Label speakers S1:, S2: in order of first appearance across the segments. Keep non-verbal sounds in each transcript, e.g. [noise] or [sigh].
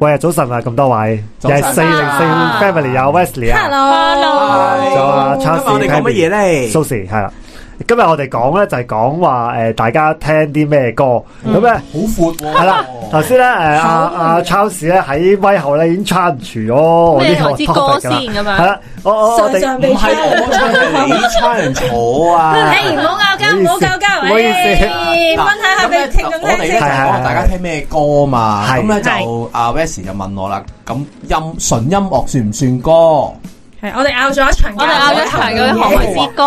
S1: 喂，早晨啊，咁多位，又
S2: 早晨
S1: 係四零四 family 有 Wesley 啊，
S3: Hello，
S1: 仲有啊 Charles
S2: 今日我哋講乜嘢咧
S1: s u s i 係啦。今日我哋講咧就係講話诶，呃大家聽啲咩歌咁咧。
S2: 好闊喎。
S1: 係啦，頭先咧，誒阿阿 Charles 咧喺咪後咧已經 challenge 咗我呢個
S3: 咩為之歌
S1: topic 㗎啦
S3: 先咁樣
S1: 係啦，我我我
S4: 上
S1: 哋
S4: 上
S2: 唔
S4: 被
S2: 係我差人，你差人坐啊！
S3: 誒唔好拗交，唔好拗交，
S1: 唔好意思
S3: 誒分享下俾聽眾
S2: 我哋
S3: 聽
S2: 咧就
S3: 先。
S2: 講大家聽咩歌嘛，
S1: 係
S2: 咁咧就阿 Wes 就問我啦，咁音純音樂算唔算歌？
S4: 係我哋拗咗一場，
S3: 我哋拗咗一場究竟何為之
S2: 歌
S3: 歌？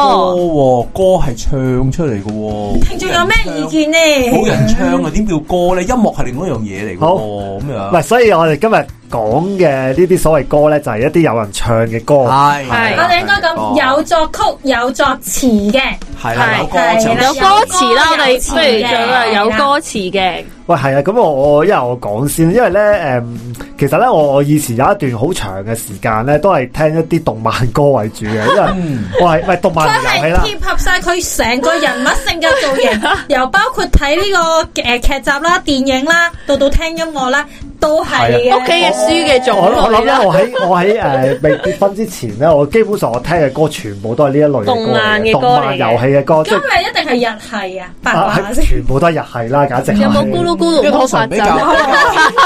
S2: 喎，歌係唱出嚟嘅喎。
S4: 聽眾有咩意見呢？
S2: 冇人唱啊，點叫歌咧？音樂係另外一樣嘢嚟嘅
S1: 好
S2: 喎，咁
S1: 唔係，
S2: 樣
S1: 所以我哋今日講嘅呢啲所謂歌咧，就係一啲有人唱嘅歌。
S2: 係
S3: 係
S4: 我哋應該咁有作曲有作詞嘅，
S2: 係啦，有歌
S4: 係
S2: 就
S4: 係
S3: 有歌詞啦，我哋
S4: 有詞嘅
S3: 不如做啊有歌詞嘅，
S1: 喂，係啊，咁我我因為我講先，因為咧誒、其實咧我我以前有一段好長嘅時間咧，都係聽一啲動漫歌為主嘅，因為
S3: [laughs]
S2: 嗯
S1: 我係唔係動漫
S4: 佢
S1: 遊戲
S4: 係
S1: 啦，
S4: 貼合晒佢成個人物性格造型，由包括睇呢個誒劇集啦、電影啦，到到聽音樂啦，都係
S2: 係
S3: 屋企嘅書嘅
S1: 我我
S3: 種
S1: 諗
S3: 類
S1: 咧，
S3: 啦。
S1: 我喺我喺誒未結婚之前咧，我基本上我聽嘅歌全部都係呢一類嘅歌嚟嘅，
S3: 動漫嘅歌嚟嘅
S1: 動漫遊戲嘅歌，即
S4: 咁
S1: 係
S4: 咪一定係日系啊，白
S1: 啊
S4: 話
S1: 係
S4: 先。
S1: 全部都係日系啦，簡直係
S3: 有冇咕嚕咕
S2: 因為
S3: 嚕魔
S2: 通
S3: 法
S2: 常比
S3: 陣？
S2: 較 [laughs]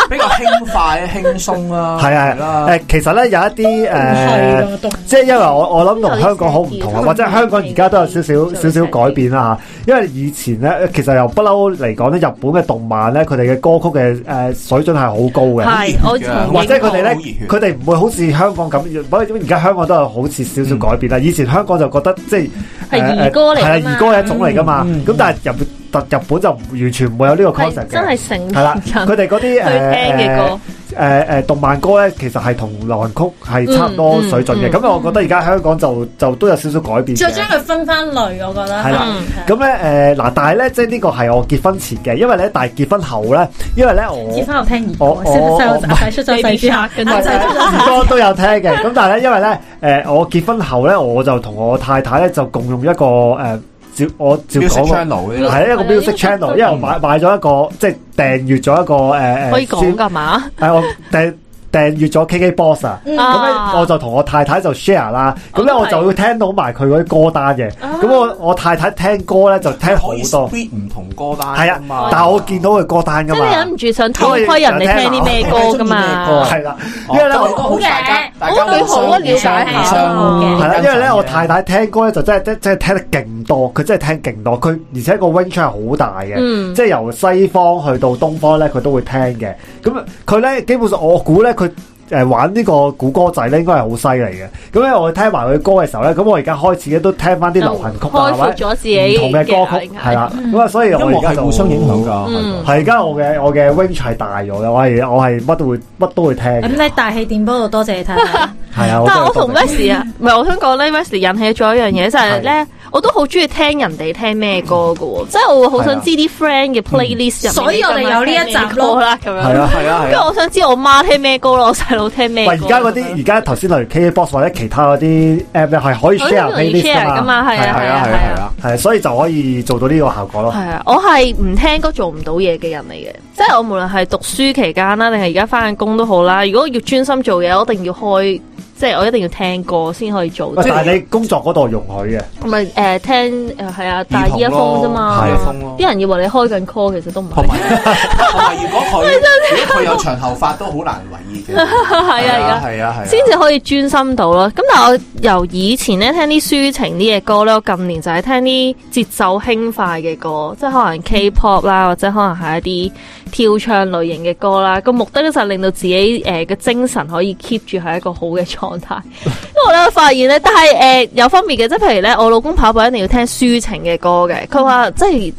S2: 比較輕快、輕鬆啦，
S3: 哦
S1: 係啊，係啊
S2: 啦，
S1: 誒，其實咧有一啲誒。即係因為我我諗同香港好唔同啊，或者香港而家都有少少少少改變啦嚇。因為以前咧，其實由不嬲嚟講咧，日本嘅動漫咧，佢哋嘅歌曲嘅誒水準係好高嘅，
S3: 係我
S2: 好
S1: 或
S3: 同
S1: 者佢
S3: 你
S1: 哋咧
S2: 好熱血，
S1: 佢哋唔會好似香港咁。不過而家香港都有好似少少改變啦。以前香港就覺得即係
S3: 嗯係
S1: 誒
S3: 兒歌嚟㗎
S1: 係
S3: 嘛
S1: 啊兒歌係一種嚟噶嘛
S2: 嗯嗯。
S1: 咁但係日本日本就完全唔會有呢個 concept
S3: 係真
S1: 嘅。
S3: 係成
S1: 係啦，
S3: 人
S1: 佢哋嗰啲誒
S3: 聽嘅歌
S1: 誒誒動漫歌咧，其實係同流行曲係差唔多水準嘅。
S3: 嗯嗯
S1: 咁、我覺得而家香港就就都有少少改變
S4: 再將
S1: 嘅。
S4: 佢分翻類，我覺得
S1: 係啦
S3: 嗯
S1: 咁咧誒嗱，但係咧，即係呢個係我結婚前嘅，因為咧，但係結婚後咧，因為咧
S4: 接
S1: 我。
S4: 翻我聽兒
S1: 我
S4: 歌，細
S1: 我
S4: 細個仔出咗世之後，
S3: Baby Shark
S4: 阿仔出咗世
S1: 兒歌都有聽嘅，咁但係咧，因為咧，誒、我結婚後咧，我就同我太太咧就共用一個誒、照我照講
S2: music
S1: 個
S2: channel 嗰啲啦，
S1: 係一個 music channel，因為我買買咗一個即係訂閱咗一個誒誒，
S3: 可以講㗎嘛？
S1: 誒哎我訂訂閱咗 KK Box 啊。咁咧我就同我太太就 share 啦，咁咧
S3: 我
S1: 我
S3: 哦都係啊
S1: 就會聽到埋佢嗰啲歌單嘅，咁我我太太聽歌咧就聽好
S2: 可以
S1: 多，
S2: split 唔同歌單
S1: 係
S2: 㗎
S1: 啊
S2: 嘛，，
S1: 但係我見到佢歌單噶
S3: 真
S1: 嘛
S3: 係，忍唔住啊想偷窺人哋聽啲咩歌㗎嘛？
S1: 係啦，因
S2: 哦
S1: 為咧
S2: 都
S1: 我
S2: 都好大家
S4: 好嘅
S2: 大家
S3: 我覺得好啊
S2: 互
S3: 了解
S2: 相
S3: 下
S2: 互相
S1: 係啦，因為咧我太太聽歌咧就真係真真係聽得勁多，佢真係聽勁多，佢而且個 range 係好大嘅，
S3: 嗯
S1: 即係由西方去到東方咧佢都會聽嘅，咁佢咧基本上我估咧佢。誒玩呢個古歌仔咧，應該係好犀利嘅。咁咧，我聽埋佢歌嘅時候咧，咁我而家開始咧都聽翻啲流行曲啊，
S3: 哦開
S1: 或者
S3: 闊咗自
S1: 唔
S3: 己
S1: 同嘅歌曲
S3: 眼界
S1: 係啦，咁啊，所以
S2: 音
S1: 我而
S2: 樂
S1: 家就
S2: 係互相影響。㗎，
S3: 嗯
S1: 係而家我嘅我嘅 range 係大咗嘅，我係我係乜都會乜都會聽嘅，
S4: 咁你大氣電波度多謝你睇 [laughs] 下，
S1: 係啊。
S3: 嗯但係
S1: 係
S3: 我同 Wes 啊，唔係我想講咧，Wes 引起咗一樣嘢就係咧，我都好中意聽人哋聽咩歌嘅喎，即係我會好想知啲 friend 嘅 playlist 入面
S4: 所以我哋有呢一集咯
S3: 聽咩歌啦，咁
S1: 係
S3: 樣。
S1: 啊係啊
S3: 因
S1: 係
S3: 為
S1: 啊。
S3: 我想知我媽聽咩歌咯，我細佬聽咩
S1: 喂，
S3: 歌。
S1: 而家嗰啲而家頭先例如 KBox 或者其他嗰啲 app 咧係可以
S3: 我都
S1: share
S3: 容易
S1: playlist 㗎
S3: share 噶嘛，係
S1: à,
S2: 係
S3: 啊係
S2: 啊係
S3: 啊
S2: 啊係
S3: 係啊。
S2: 啊，
S1: 係所以就可以做到呢個效果咯
S3: 系。啊，我 à, 係唔聽歌做唔到嘢嘅人嚟嘅，即係我無論係讀書期間啦，定係而家翻緊工都好啦。如果要專心做嘢，我一定要開，即係我一定要聽歌先可以做到
S1: 喂，。但係你工作嗰度容許嘅，
S3: 唔係誒聽誒係啊，但係 e a 啫嘛，
S1: 耳
S2: 筒咯
S3: 啲人以為你開緊 call，其實都唔
S2: 同
S3: [laughs] 係。
S2: 埋同埋如果
S3: [laughs]
S2: 佢如果佢有長頭髮都好難為意嘅，
S3: 係啊，
S2: 係啊係
S3: 而
S2: 啊，
S3: 家先至可以專心到咯。咁但係我由以前咧聽啲抒情啲嘅歌咧，我近年就係聽啲節奏輕快嘅歌，即係可
S2: 嗯
S3: 能 K-pop 啦，或者可能係一啲跳唱類型嘅歌啦。個目的咧就係令到自己呃誒嘅、精神可以 keep 住係一個好嘅狀態。因為我咧發現咧，但係誒、呃有分別嘅，即係譬如咧，我老公跑步一定要聽抒情嘅歌嘅，佢話即係。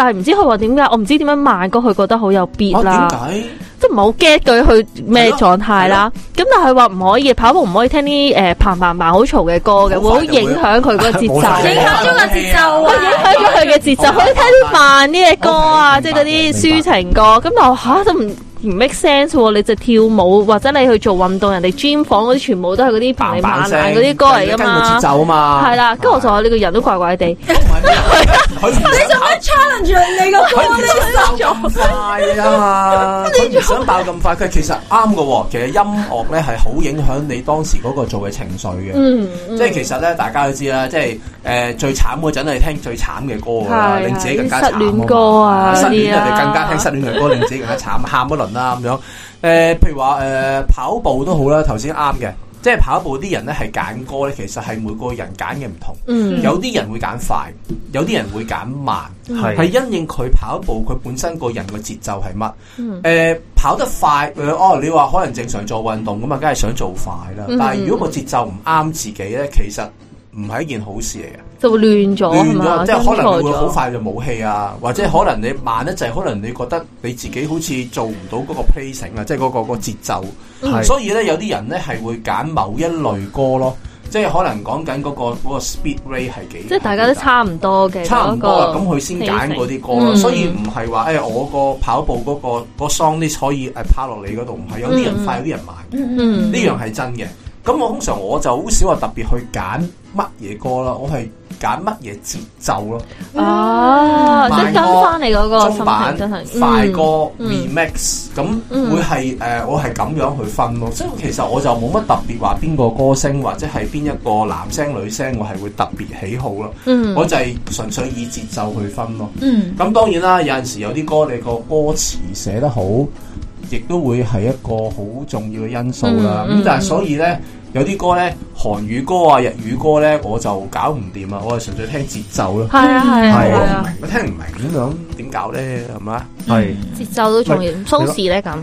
S3: 但係唔知佢話點解，我唔知點樣慢歌，佢覺得好有 beat 啦。
S2: 啊點解？
S3: 即係唔係好 get 佢佢咩狀態啦。咁但係佢話唔可以跑步，唔可以聽啲呃誒砰砰砰好嘈嘅歌嘅，會
S2: 好
S3: 好
S2: 快就會
S3: 影響佢嗰個節
S1: 冇晒
S3: 奏。
S4: 影響咗個節奏
S3: 會
S4: 啊！
S3: 影響咗佢嘅節奏，可以聽啲慢啲嘅歌啊，即係嗰啲抒情歌。咁但我嚇都唔唔 make sense 喎！你就跳舞或者你去做運動，人哋 gym 房嗰啲全部都係嗰啲彭
S2: 棒
S3: 利
S2: 棒
S3: 曼
S2: 聲
S3: 嗰啲歌嚟噶
S2: 跟個節
S3: 嘛，
S2: 奏嘛，
S3: 係啦。跟住我就話你個人都怪怪地，
S2: 唔係咩
S3: [laughs]
S2: 佢唔
S4: [laughs] 你做咩 challenge 人哋個
S2: 佢唔
S4: 歌呢？
S2: 想爆咁快啊
S3: [laughs]
S2: 嘛，佢唔想爆咁快。佢其實啊啱嘅喎，其實音樂咧係好影響你當時嗰個做嘅情緒嘅。
S3: 嗯，
S2: 即係其實咧，大家都知啦，即係誒、呃最慘嗰陣係聽最慘嘅歌㗎啦，
S3: 係
S2: 令自己更加
S3: 係
S2: 慘
S3: 失戀歌啊
S2: 失戀
S3: 嗰啲啊
S2: 人哋更加聽失戀嘅歌，令自己更加慘，喊一輪啦咁樣。誒、譬如話誒、呃跑步都好啦，頭先啱嘅，即係跑步啲人咧係揀歌咧，其實係每個人揀嘅唔同，
S3: 嗯
S2: 有啲人會揀快，有啲人會揀慢，
S1: 係
S2: 係因應佢跑步佢本身個人個節奏係乜。
S3: 嗯
S2: 誒、跑得快，誒、哦，你話可能正常做運動咁啊，梗係想做快啦。
S3: 嗯
S2: 但係如果個節奏唔啱自己咧，其實唔係一件好事嚟
S3: 就會亂咗
S2: 嘅，
S3: 係
S2: 亂
S3: 啊嘛，
S2: 咗即係可能
S3: 跟
S2: 你
S3: 錯
S2: 會
S3: 咗嗯
S2: 好快就冇氣啊，或者可能你慢得滯，可能你覺得你自己好似做唔到嗰個 pacing 啊，即係嗰個個節奏。
S3: 嗯
S1: 係
S2: 所以咧，有啲人咧係會揀某一類歌咯，即係可能講緊嗰個嗰個 speed rate 係幾，
S3: 即係大家都差唔多嘅，
S2: 差唔多啦，咁佢先揀
S3: 揀
S2: 嗰啲歌
S3: 嗯
S2: 咯，所以唔係話誒我個跑步嗰、個、個 song list 可以誒趴落你嗰度，唔係有啲人快，有啲人慢，呢、
S3: 嗯
S2: 樣係真嘅。咁我通常我就好少話特別去揀乜嘢歌啦，我係揀乜嘢節奏咯，
S3: 啊，即係
S2: 慢
S3: 跟
S2: 歌
S3: 翻你嗰個
S2: 中
S3: 心
S2: 版
S3: 情真係
S2: 快歌、
S3: 嗯
S2: remix，咁
S3: 嗯
S2: 會係誒、呃我係咁樣去分咯。即係其實我就冇乜特別話邊個歌星或者係邊一個男聲女聲，我係會特別喜好咯。
S3: 嗯
S2: 我就係純粹以節奏去分咯。
S4: 嗯，
S2: 咁當然啦，有陣時有啲歌你個歌詞寫得好，亦都會係一個好重要嘅因素啦。咁、
S3: 嗯嗯
S2: 但係所以呢，有啲歌呢，韓語歌啊、日語歌呢，我就搞唔掂啊！我係純粹聽節奏咯。
S3: 係啊係
S1: 係
S3: 啊係
S2: 我唔
S3: 啊，
S2: 明，我聽唔明咁樣點搞呢？係咪啊？
S1: 係
S3: 節奏都重要。蘇士咧咁，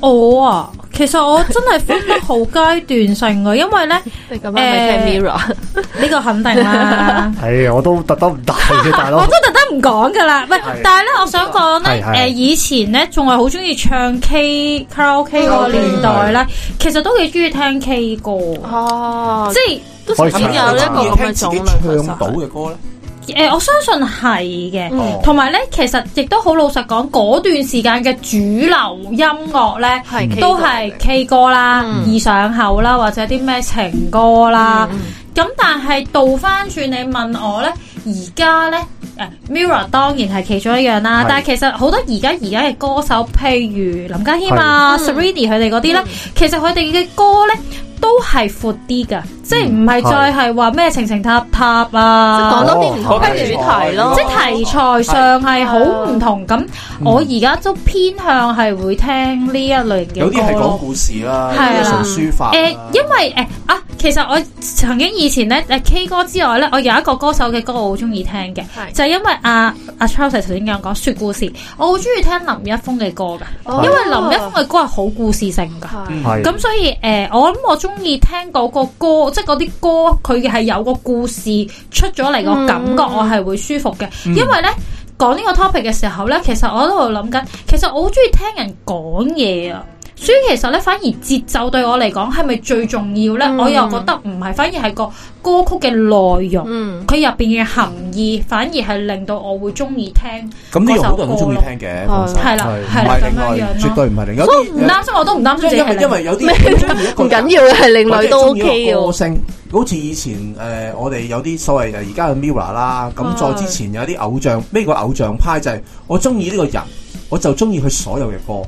S4: 我啊，其實我真係分得好階段性嘅，因為咧
S3: 你咁樣咪聽 Mirror
S4: 呢個肯定啦。
S1: 係我都特登唔大
S3: [laughs]
S1: 嘅大佬
S4: [laughs] 我，都特登唔講噶啦，喂
S2: 係！
S4: 但係咧，我想講咧，
S1: 係係
S4: 誒以前咧仲係好中意唱 K 卡拉 OK 嗰個年代咧，其實都幾中意聽 K 歌，
S3: 哦，
S4: 即
S3: 都
S1: 可以
S3: 已經有一個
S2: 要
S3: 咁
S2: 聽
S3: 嘅
S2: 自
S3: 種
S2: 己
S3: 類其實
S2: 唱到嘅歌呢？
S4: 係誒呃我相信係嘅，
S3: 哦
S2: 嗯
S4: 同埋咧其實亦都好老實講，嗰段時間嘅主流音樂咧。
S3: 係 K
S4: 都
S3: 歌
S4: 係 K 歌啦、
S3: 嗯
S4: 易上口啦，或者啲咩情歌啦。
S3: 嗯
S4: 咁、但係倒翻轉你問我呢，而家呢誒 Mirror 當然係其中一樣啦
S1: 係，
S4: 但係其實好多而家而家嘅歌手，譬如林家謙啊、
S3: 係嗯
S4: Serrini 佢哋嗰啲呢，其實佢哋嘅歌呢都係闊啲㗎，
S3: 嗯
S4: 即係唔係再係話咩情情塔塔
S3: 即係
S4: 啊
S3: 講。多啲唔同嘅主題
S2: 哦
S3: 咯，
S4: 即係題材上係好唔同，咁我而家都偏向係會聽呢一類嘅歌
S2: 有啲係
S4: 咯
S2: 講故事啦，有
S4: 係啊
S2: 啲係純抒發啦。
S4: 誒、因為誒、啊，其實我曾經以前咧誒 K 歌之外咧，我有一個歌手嘅歌我好中意聽嘅，
S3: 係
S4: 就係因為阿阿 Charles 頭先咁講說故事，我好中意聽林一峰嘅歌噶，
S3: 哦
S4: 因為林一峰嘅歌係好故事性噶。
S3: 係
S1: 係
S4: 咁所以誒、我諗我中意聽嗰個歌，即係嗰啲歌，佢係有個故事出咗嚟個感覺，
S3: 嗯
S4: 我係會舒服嘅。
S2: 嗯
S4: 因為咧講呢個 topic 嘅時候咧，其實我都喺度諗緊，其實我好中意聽人講嘢啊。所以其實咧，反而節奏對我嚟講係咪最重要咧？
S3: 嗯
S4: 我又覺得唔係，反而係個歌曲嘅內容，
S3: 嗯
S4: 佢入邊嘅含義，反而係令到我會中意聽。
S2: 咁呢樣好多人都中意聽嘅，放心
S4: 係啦，
S2: 唔
S4: 係啦，
S2: 係另
S4: 咁樣
S2: 外，
S4: 樣
S2: 絕
S4: 咯。
S2: 對唔係另外。有
S4: 所以
S2: 啲
S4: 唔擔心，我都唔擔心自己
S2: 因
S4: 係
S2: 為
S4: 另
S2: 因為有啲
S3: 唔緊要嘅，係另
S2: 或者
S3: 類
S2: 係
S3: 都
S2: 中意
S3: OK
S2: 一個歌
S3: 喎。
S2: 星，好似以前誒、呃我哋有啲所謂誒而家嘅 Mirror 啦，
S3: 啊
S2: 咁再之前有啲偶像，咩個偶像派就係、我中意呢個人，我就中意佢所有嘅歌，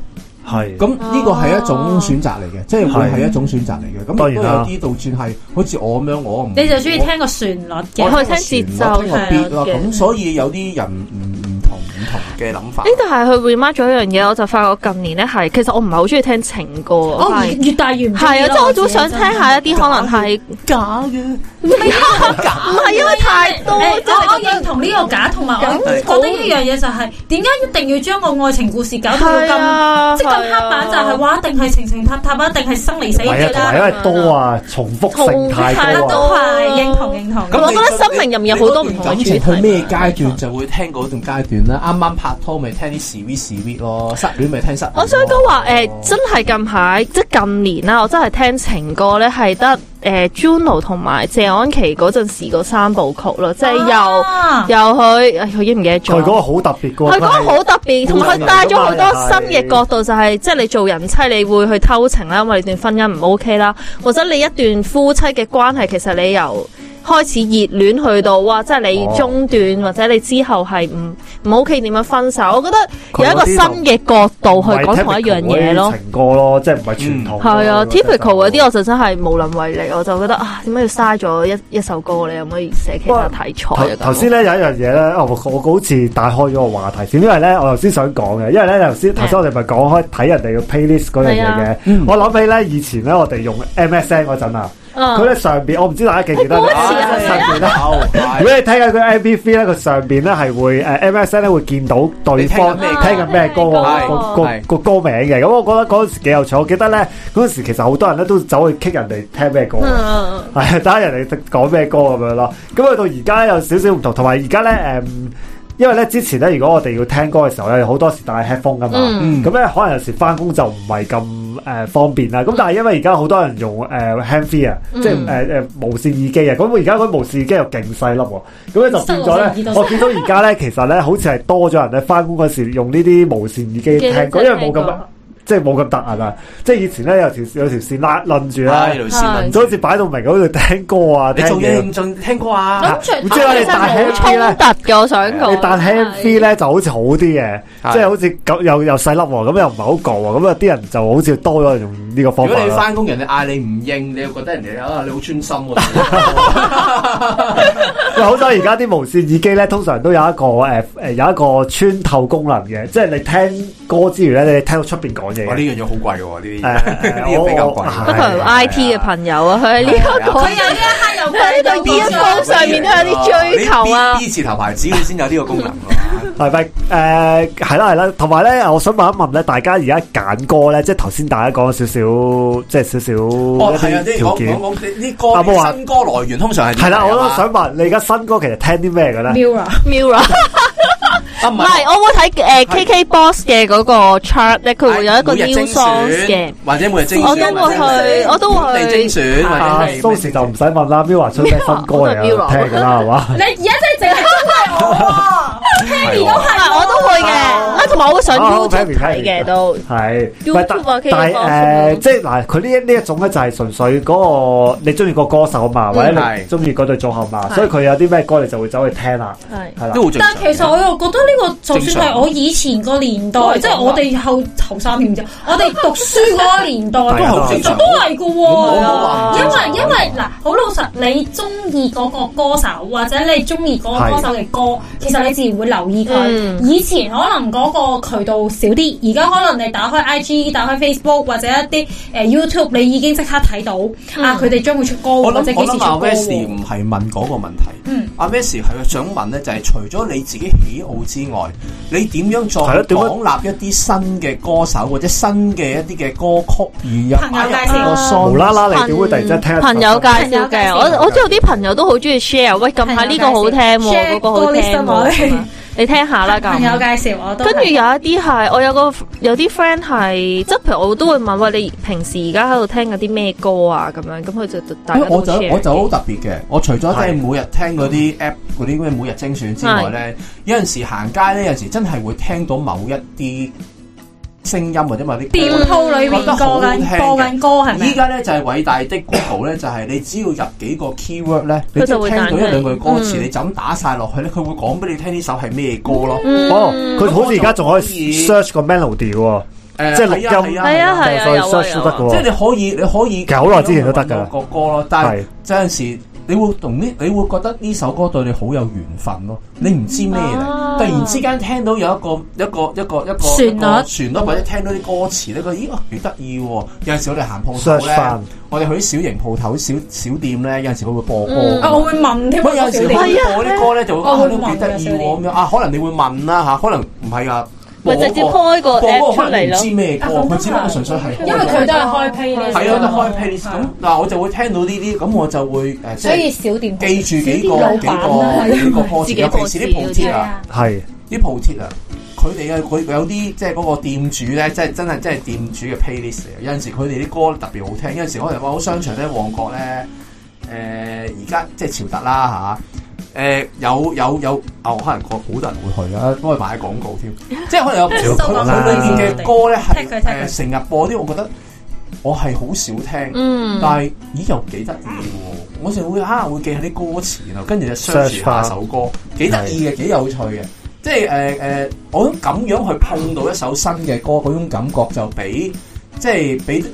S1: 係
S2: 咁
S3: 哦
S2: 呢個係一種選擇嚟嘅，即係會係一種選擇嚟嘅。咁
S1: 當
S2: 亦都
S1: 然
S2: 有
S1: 啦
S2: 啲倒轉係好似我咁樣，我唔
S4: 你就中意聽個旋律嘅
S2: 我。
S3: 我係
S2: 個
S3: 聽
S2: 旋律
S3: 節奏
S2: 聽個
S3: 係啊
S2: beat 咯，
S3: 嘅
S2: 咁所以有啲人唔唔同唔同嘅諗法
S3: 呢。度係佢 remind 咗一樣嘢，我就發覺近年咧係，其實我唔係好中意聽情歌，
S4: 我
S3: 反而
S4: 哦越越大越唔中意
S3: 係啊，即係
S4: 咯
S3: 我都想聽下一啲可能係
S2: 假嘅，
S3: 唔係因為太多，
S4: 誒
S3: 真係
S4: 我我認同呢個假，同埋我覺得一樣嘢就係點解一定要將個愛情故事搞到
S3: 係
S4: 咁
S3: 啊，
S4: 即係咁黑板，就係話一定係情情塔塔，一定係生離死
S1: 唔係啊，
S4: 別
S1: 同埋
S4: 啦。
S1: 因為多啊，重複性太
S4: 都
S3: 哦
S1: 多啊，
S4: 係認同啊認同。
S3: 我覺得心靈入面有好多唔同嘅
S2: 感
S3: 主
S2: 情
S3: 題啊
S2: 去咩階段就會聽嗰段階段啦。啱啱拍拖咪聽啲 sweet sweet 咯，失戀咪聽失戀咯。
S3: 呃啊我想講話誒，真係近排即係近年啦，我真係聽情歌咧，係得誒 Juno 同埋謝安琪嗰陣時嗰三部曲咯，即係又
S4: 啊
S3: 又哎佢，唉佢已經唔記
S1: 佢
S3: 得
S1: 嗰個
S3: 咗。
S1: 好特別嘅
S3: 佢
S1: 喎，
S3: 嗰個好特別，同埋佢帶咗好
S1: 好特別
S3: 多新嘅角度，就係即係你做人妻，你會去偷情啦，因為你段婚姻唔 OK 啦，或者你一段夫妻嘅關係，其實你由開始熱戀去到哇，即係
S1: 哦
S3: 你中斷或者你之後係唔唔 OK 點樣分手，我覺得有一個
S1: 佢
S3: 新
S1: 嗰啲
S3: 嘅角度
S1: 唔
S3: 去
S1: 係
S3: 講同一樣嘢
S1: typical 嗰啲。
S3: 咯
S1: 情歌咯，即係唔係傳統咯。
S3: 係啊
S1: 呢個真係
S3: ，typical 嗰啲我就真係無能為力，我就覺得啊，點解要嘥咗一一首歌？你可唔可以寫其他題材啊
S1: 頭？頭先咧有一樣嘢咧，哦我我好似帶開咗個話題先，因為咧我頭先想講嘅，因為咧頭先頭先我哋咪講開睇人哋嘅 playlist 嗰樣嘢
S3: 係
S1: 嘅
S3: 啊，
S1: 我諗起咧以前咧我哋用 MSN 嗰陣啊，
S3: 嗯
S1: 佢咧上邊我唔知大家記唔記得呢啊
S2: 啊
S3: 好似係啊
S1: 上邊咧。如
S2: 有
S1: 果你睇緊佢 MP3 咧，佢上邊咧係會呃誒 MSN 咧會見到對方
S2: 你聽
S1: 聽緊
S2: 緊咩歌
S1: 咩歌啊
S2: 係
S1: 個個
S2: 係
S1: 個歌名嘅。咁我覺得嗰陣時幾有趣，我記得咧嗰陣時其實好多人咧都走去 kick 人哋聽咩歌。啊 [laughs]
S3: 嗯
S1: 係睇下人哋講咩歌咁樣咯。咁去到而家有少少唔同，同埋而家咧誒，因為咧之前咧，如果我哋要聽歌嘅時候咧，好多時戴 headphone 噶嘛。
S3: 嗯
S1: 咁咧、可能有時翻工就唔係咁誒方便啦。
S4: 嗯
S1: 咁但係因為而家好多人用誒、呃 hand free 啊，即係誒誒無線耳機啊。咁而家嗰啲無線耳機又勁細粒喎。咁咧就變咗
S4: 塞落隻
S1: 咧
S4: 耳，度
S1: 我見到而家咧其實咧好似係多咗人咧翻工嗰時用呢啲無線耳機聽
S4: 啊
S1: 歌，因為冇咁即係冇咁突兀啊。即係以前咧有條有條線拉攆住啊啦。
S2: 條線
S1: 就好似擺到明嗰度聽歌啊，
S2: 啊你
S1: 聽
S2: 做嘢
S1: 嘢。
S2: 認真聽歌啊？
S4: 咁除
S1: 即係話你大
S4: 其實冇
S1: hand
S4: 衝啊
S1: free 咧
S3: 衝，突嘅，我想
S1: 你
S3: 講。
S1: 彈 hand free 咧就好似好啲嘅，
S2: 係
S1: 即係好似咁又又細粒喎，咁又唔係好舊喎，咁啊啲人就好似多咗人用呢個
S2: 如
S1: 方
S2: 果
S1: 法
S2: 你
S1: 啦。
S2: 翻工人哋嗌你唔應，你又覺得人哋啊你好專心喎。
S1: 喂，好彩而家啲無線耳機咧，通常都有一個誒誒有一個穿透功能嘅，即係你聽歌之餘咧，你聽到出邊講嘢
S2: 我
S1: 嘅
S2: 呢。樣嘢好貴喎，
S1: 誒
S2: 呢啲呢啲比較貴。
S3: 不過 I T 嘅朋友啊，佢喺呢一個
S4: 佢有呢一刻又
S3: 佢喺呢個 earphone 上面都有啲追求啊。
S2: B 字頭牌子佢先有呢個功能喎。
S1: 係咪？誒係啦係啦，同埋咧，我想問一問咧，大家而家揀歌咧，即係頭先大家講咗少少，即係少少
S2: 哦，
S1: 一
S2: 係啊，
S1: 啲
S2: 啲
S1: 條
S2: 講
S1: 件
S2: 講。講啲歌啲新歌來源通常係點
S1: 係啦，
S2: 嚟㗎
S1: 我都想問你而家新歌其實聽啲咩嘅咧？
S4: Mirror
S3: Mirror
S2: 啊唔
S3: 唔係，我會睇誒 K K Box 嘅嗰個 chart 咧，佢會有一個
S2: 每日
S3: new
S2: 精
S3: songs
S2: 選
S3: 嘅。，
S2: 或者每日精選，
S3: 我都會去我都會去
S2: 本地精選，或
S1: 啊
S2: 者係
S1: 蘇時就唔使問啦，Mirror 出咩新歌嚟啊
S3: Mirror，
S1: 聽噶啦，係
S3: [laughs]
S1: 嘛？
S4: 你而家真係淨係針對我啊！
S2: 係
S4: 都
S2: 喎
S4: 係
S3: 我都會嘅，啊同埋我會上
S1: 哦
S3: YouTube
S1: Pammy，
S3: 睇
S1: Pammy
S3: 嘅都。
S1: 係，唔
S3: YouTube
S1: 係但
S3: 啊，K
S1: 但係
S3: K Box
S1: 誒，即係嗱，佢呢一呢一種咧就係純粹嗰個你中意個歌手嘛，或者你
S2: 係
S1: 中意嗰對組合嘛，
S3: 係
S1: 所以佢有啲咩歌你就會走去聽啦，
S3: 係
S1: 係啦
S2: 都。好正
S4: 但
S2: 常。
S4: 係其實我又覺得呢個就算係我以前個年代
S3: 正常，
S4: 即係我哋後後 [laughs] 三年啫，我哋讀書嗰個
S2: [laughs]
S4: 年代，
S1: 都好
S4: 其
S1: 正
S4: 實
S2: 常
S4: 都係嘅
S2: 冇冇
S4: 喎。
S2: 話唔
S4: 因
S2: 正
S4: 為
S2: 常
S4: 因為嗱，好老實，你中意嗰個歌手或者你中意嗰個歌手嘅歌，其實你自然會留意佢。
S3: 嗯
S4: 以前可能嗰個渠道少啲，而家可能你打開 IG、打開 Facebook 或者一啲誒 YouTube，你已經即刻睇到啊，佢哋將會出歌
S2: 我
S4: 或者
S2: 諗
S4: 幾
S2: 嗯我
S4: 時
S2: 諗阿
S4: 出歌
S2: Wes
S4: 喎。
S2: 唔係問嗰個問題，
S4: 嗯
S2: 阿 Wes 係想問咧，就係除咗你自己喜好之外，你點樣
S1: 係咯
S2: 再
S1: 點樣
S2: 廣納一啲新嘅歌手或者新嘅一啲嘅歌曲，而入
S4: 朋友介紹
S2: 個 song
S1: 無啦啦 [laughs] 你點會突然之間聽一首
S3: 朋友介紹
S4: 朋友介
S3: 嘅，
S4: 紹
S3: 我我知道啲朋友都好中意 share，喂，近排呢個好聽喎，
S4: 朋友介紹
S3: 嗰個好聽
S4: share 歌 list 啊
S3: 喎，你聽下啦
S4: 朋友
S3: 咁。
S4: 介紹啊我都
S3: 跟住
S4: 係
S3: 有一啲係，我有個有啲 friend 係，即係譬如我都會問，喂，你平時而家喺度聽緊啲咩歌啊？咁樣，咁佢就大家
S2: 因為
S3: 都
S2: 我就
S3: share
S2: 我就好
S3: 嘅。嗯
S2: 特別嘅，我除咗即係每日聽嗰啲 app 嗰啲咩每日精選之外咧，有陣時行街咧，有陣時真係會聽到某一啲聲音或者某啲
S4: 店
S2: 歌
S4: 鋪裏面播緊播緊歌係
S2: 依
S3: 啊
S4: 咪？
S2: 家咧就係偉大的 Google 咧，就係你只要入幾個 keyword 咧，你只
S3: 佢就
S2: 要
S3: 會
S2: 聽到
S3: 彈
S2: 一
S3: 出嚟
S2: 兩句歌詞，
S3: 嗯
S2: 你就咁打晒落去咧，佢會講俾你聽呢首係咩歌咯。
S3: 嗯
S1: 哦，佢好似而家仲可以
S2: 嗯
S1: search 個 melody 喎，
S2: 誒
S1: 即係錄音
S3: 係啊係啊
S1: 就
S3: 有啊
S1: 去 search 都得
S3: 有
S1: 嘅
S2: 即
S3: 啊
S2: 係
S1: 喎。
S2: 你可以你可以
S1: 其實好耐之前都得㗎啦
S2: 個歌咯，但係
S1: 係
S2: 有陣時你會同呢，你會覺得呢首歌對你好有緣分咯。你唔知咩嚟，
S3: 啊
S2: 突然之間聽到有一個一個一個一個
S4: 旋律
S2: 一個旋律或者聽到啲歌詞咧，覺得咦啊幾得意喎！有陣時我哋行鋪頭
S1: search
S2: 咧
S1: 翻，，
S2: 我哋去啲小型鋪頭、小小店咧，有陣時佢會播歌
S3: 嗯
S2: 㗎嘛。
S4: 啊，我會問添，
S2: 喂，有陣時
S4: 小弟
S2: 佢播啲歌咧，就會
S4: 我
S2: 啊
S4: 會
S2: 都幾得意
S4: 問㗎
S2: 喎咁樣
S3: 哦
S2: 啊，可能你會問啦嚇，可能唔係啊，
S3: 咪直接開個
S2: 播嗰
S3: app
S2: 個
S3: 出
S2: 可能
S3: 嚟
S2: 唔知
S3: 咯。啊
S2: 咩歌，佢只不過純粹係開
S4: 因為佢都係開 play
S2: 係
S4: list
S2: 啊，就開 playlist
S4: 係
S2: 咁
S4: 啊，
S2: 嗱，我就會聽到呢啲，咁我就會誒，即
S4: 所以
S2: 係
S4: 小店
S2: 記住幾
S4: 小店老
S2: 個幾
S4: 闆啦
S2: 個幾個歌
S3: 自
S2: 詞，
S3: 己
S2: 尤
S3: 歌
S2: 其
S3: 詞
S2: 是啲鋪
S3: 嗰啲
S2: 貼
S4: 係
S2: 啊，
S4: 啊，
S1: 係
S2: 啲鋪貼啊，佢哋嘅佢有啲即係嗰個店主咧，即係真係真係店主嘅 playlist 嚟嘅。有陣時佢哋啲歌特別好聽，有陣時可能話好商場咧，旺角咧，誒而家即係潮特啦嚇。誒、有有有，哦，可能個好多人會去啊，幫佢買廣告添，
S4: [laughs]
S2: 即係可能有
S1: 少講
S2: 佢
S1: 啦
S2: 佢裏面嘅歌咧
S4: 踢
S2: 係
S4: 佢踢佢
S2: 誒成日播啲，我覺得我係好少聽，
S3: 嗯，
S2: 但係咦又幾得意喎！我就會啊會記下啲歌詞，然後跟住就 search
S1: Search
S2: 下
S1: 下
S2: 首歌，幾得意嘅，幾有趣嘅。即係誒誒，我諗咁樣去碰到一首新嘅歌，嗰種感覺就比即係比誒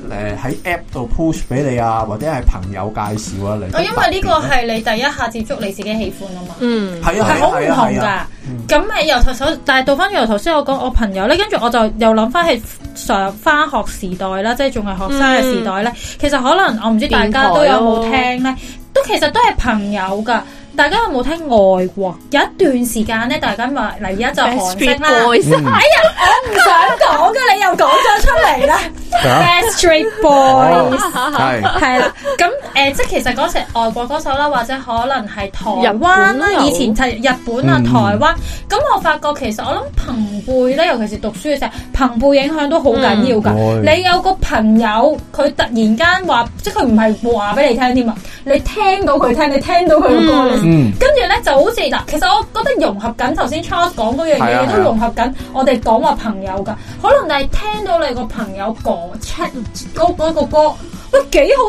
S2: 喺 app 度 push 俾你啊，或者係朋友介紹啊嚟得特別
S3: 哦
S4: 我
S2: 咧。
S4: 哦因為呢個係你第一下接觸你自己喜歡啊嘛。
S3: 嗯，
S2: 係啊
S4: 係
S2: 係啊
S4: 好唔
S2: 係啊
S4: 同
S2: 係啊，
S4: 㗎。咁誒由頭首，但係到翻由頭先我講我朋友咧，跟住我就又諗翻起上翻學時代啦，即係仲係學生嘅時代
S2: 嗯
S4: 咧。其實可能我唔知大家都有冇聽咧，都其實都係朋友㗎。大家有冇聽外國有一段時間咧？大家咪嗱，而家就韓式
S3: Backstreet
S4: 啦，唔
S3: Boys
S4: 想講嘅你又講咗出嚟啦。Backstreet
S2: 啊哦
S4: Boys
S3: 啊
S2: 係
S4: 係啦，咁誒、呃即係其實嗰時外國歌手啦，或者可能係台灣
S3: 日
S4: 啦
S3: 本，有
S4: 以前係日本啊、
S2: 嗯
S4: 台灣。咁我發覺其實我諗朋輩咧，尤其是讀書嘅時候，朋輩影響都好緊要㗎。
S2: 嗯
S4: 你有個朋友，佢突然間話，即係佢唔係話俾你聽添啊，你聽到佢聽，你聽到佢嘅歌，你
S2: 嗯
S4: 跟住咧就好似嗱，其實我覺得融合緊頭先 Charles 講嗰樣
S2: 係啊
S4: 嘢，
S2: 係啊
S4: 都融合緊我哋講話朋友噶。可能你係聽到你個朋友講 check 嗰嗰個歌，喂幾好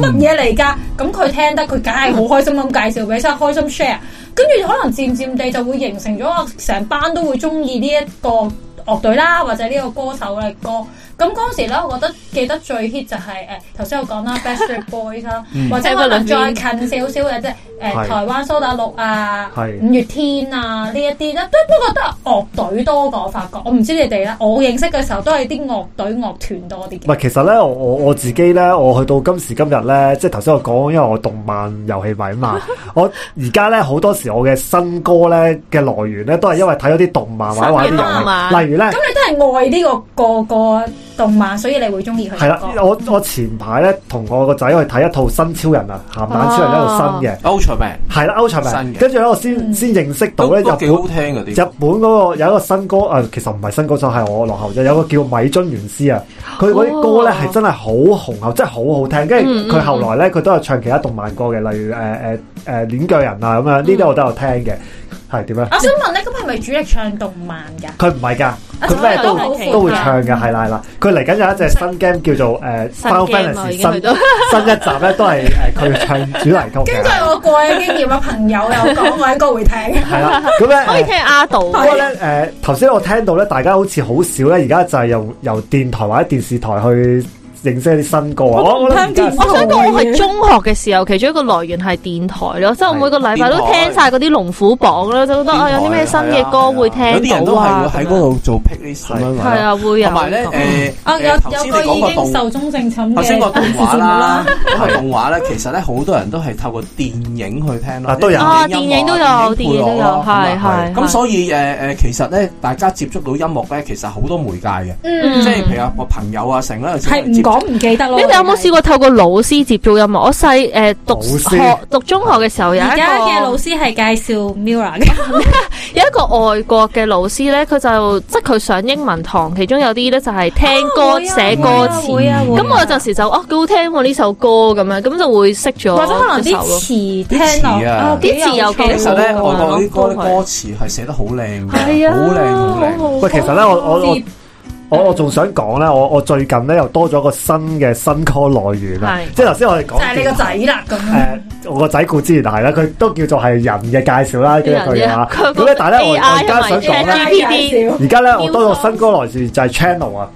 S4: 聽喎，乜嘢嚟㗎？咁佢聽得佢梗係好開心咁介紹俾，真係開心 share。跟住可能漸漸地就會形成咗我成班都會中意呢一個樂隊啦，或者呢個歌手嘅歌。咁嗰時咧，我覺得記得最 hit 就係誒呃頭先我講啦，Backstreet Boys 啦，或者可能再近少少嘅即係誒
S1: 係
S4: 呃台灣蘇打綠啊、
S1: 係
S4: 五月天啊呢一啲咧，都不過都係樂隊多過我發覺。我唔知你哋啦，我認識嘅時候都係啲樂隊樂團多啲
S1: 唔
S4: 嘅。
S1: 係，其實咧，我我我自己咧，我去到今時今日咧，即係頭先我講，因為我動漫遊戲迷啊
S3: [laughs]
S1: 嘛，我而家咧好多時我嘅新歌咧嘅來源咧，都係因為睇咗啲動漫或者玩啲
S3: 新嘅動
S1: 遊
S3: 漫
S1: 戲，例如咧
S4: 咁。你都係愛呢個個個動漫，所以你會中意佢
S1: 係
S4: 嘅
S1: 啦
S3: 哦
S4: 歌。，
S1: 我我前排咧同我個仔去睇一套新超人啊，鹹蛋超人一套
S3: 哦
S1: 新嘅，
S2: ，Ultraman
S1: 係啦歐卓
S2: 新
S1: 明，
S2: 嘅
S1: 跟住咧我先
S4: 嗯
S1: 先認識到
S3: 哦
S2: 都
S1: 咧日
S2: 都幾
S1: 本
S2: 好聽嗰
S1: 日
S2: 啲。
S1: 本嗰個有一個新歌啊，其實唔係新歌手，係我落後啫。有個叫米津玄師啊，佢嗰啲歌咧係真係好紅啊，真係好好聽。跟
S3: 哦嗯嗯
S1: 住佢後來咧，佢都有唱其他動漫歌嘅，例如誒誒誒戀腳人啊咁樣，呢
S3: 嗯
S1: 啲我都有聽嘅。係點咧？
S4: 我想問咧，咁係咪主力唱動漫㗎？
S1: 佢唔係㗎，佢咩
S3: 所有啊都係
S1: 都
S3: 其他
S1: 都會唱嘅，係啦係啦。佢嚟緊有一隻新 game 叫做誒《
S3: 新
S1: Final
S3: game 啊，
S1: Fantasy
S3: 已》
S1: 新
S3: 經去到，
S1: 新一集咧，都係誒佢唱主題曲
S3: [laughs]
S4: 根
S1: 嘅
S4: 據，我過去嘅經驗啦，啊朋友有講，我應該會聽。
S1: 係啦。咁咧
S3: [laughs] 可以
S1: 誒
S3: 聽阿杜
S1: 不過咧，誒、頭先我聽到咧，大家好似好少咧，而家就係由由電台或者電視台去認識一啲新歌啊！我我諗而家
S3: 我想講，我係中學嘅時候，其中一個來源係電台咯，即係我每個禮拜都聽晒嗰啲龍虎榜咯，就覺得啊有啲咩新嘅歌會
S2: 有啲人
S3: 聽
S2: 都
S3: 到
S2: 係
S3: 啊，
S2: 會喺嗰度做 pick list 咁樣
S3: 係
S2: 㗎啦。
S3: 啊會有。
S2: 同埋咧
S4: 啊，
S2: 誒
S4: 有
S2: 誒，頭先
S4: 有
S2: 你
S4: 個
S2: 講
S4: 已
S2: 個動
S4: 經壽終正寢嘅，
S2: 頭先個動畫啦，咁個
S1: 係
S2: 動畫咧，其實咧好多人都係透過電影去聽咯，
S1: 啊都有
S3: 啊
S2: 電
S3: 電
S2: 音
S3: 影都有，
S2: 啊
S3: 電影都有，係係。
S2: 咁所以誒誒，其實咧大家接觸到音樂咧，其實好多媒介嘅，
S4: 嗯，
S2: 即係譬如我朋友啊，成啦，
S4: 係唔講唔記得咯。
S3: 你哋有冇試過透過老師接觸音樂？我細誒
S1: 老
S3: 讀
S1: 師
S3: 學讀中學嘅時候有一
S4: 而家嘅老
S3: 個
S4: 師係介紹 Mirror 嘅，
S3: 有一個外國嘅老師咧，佢就即係佢上英文堂，其中有啲咧就係聽歌寫歌詞。
S4: 會啊會啊
S3: 咁我有陣時就哦，幾好聽喎呢首歌咁樣，咁就會識咗
S4: 或者可能
S3: 隻
S4: 啲
S3: 手咯。
S4: 詞聽落啊幾有趣
S2: 其實咧，外國啲歌
S3: 都係
S2: 歌詞係寫得好靚嘅，
S3: 係啊，
S2: 好靚好靚。
S1: 喂，其實咧，我我我我我仲想講咧，我我最近咧又多咗個新嘅新歌來源啊！
S3: 係
S1: 即係頭先我哋講
S4: 就係你個仔啦咁
S1: 誒、。我個仔固之然係啦，佢都叫做係人嘅介紹啦，跟住佢啊。咁咧，但係咧，我我而家想講咧。
S3: 咧
S1: 而家咧，我多咗新歌來源就係 channel 啊，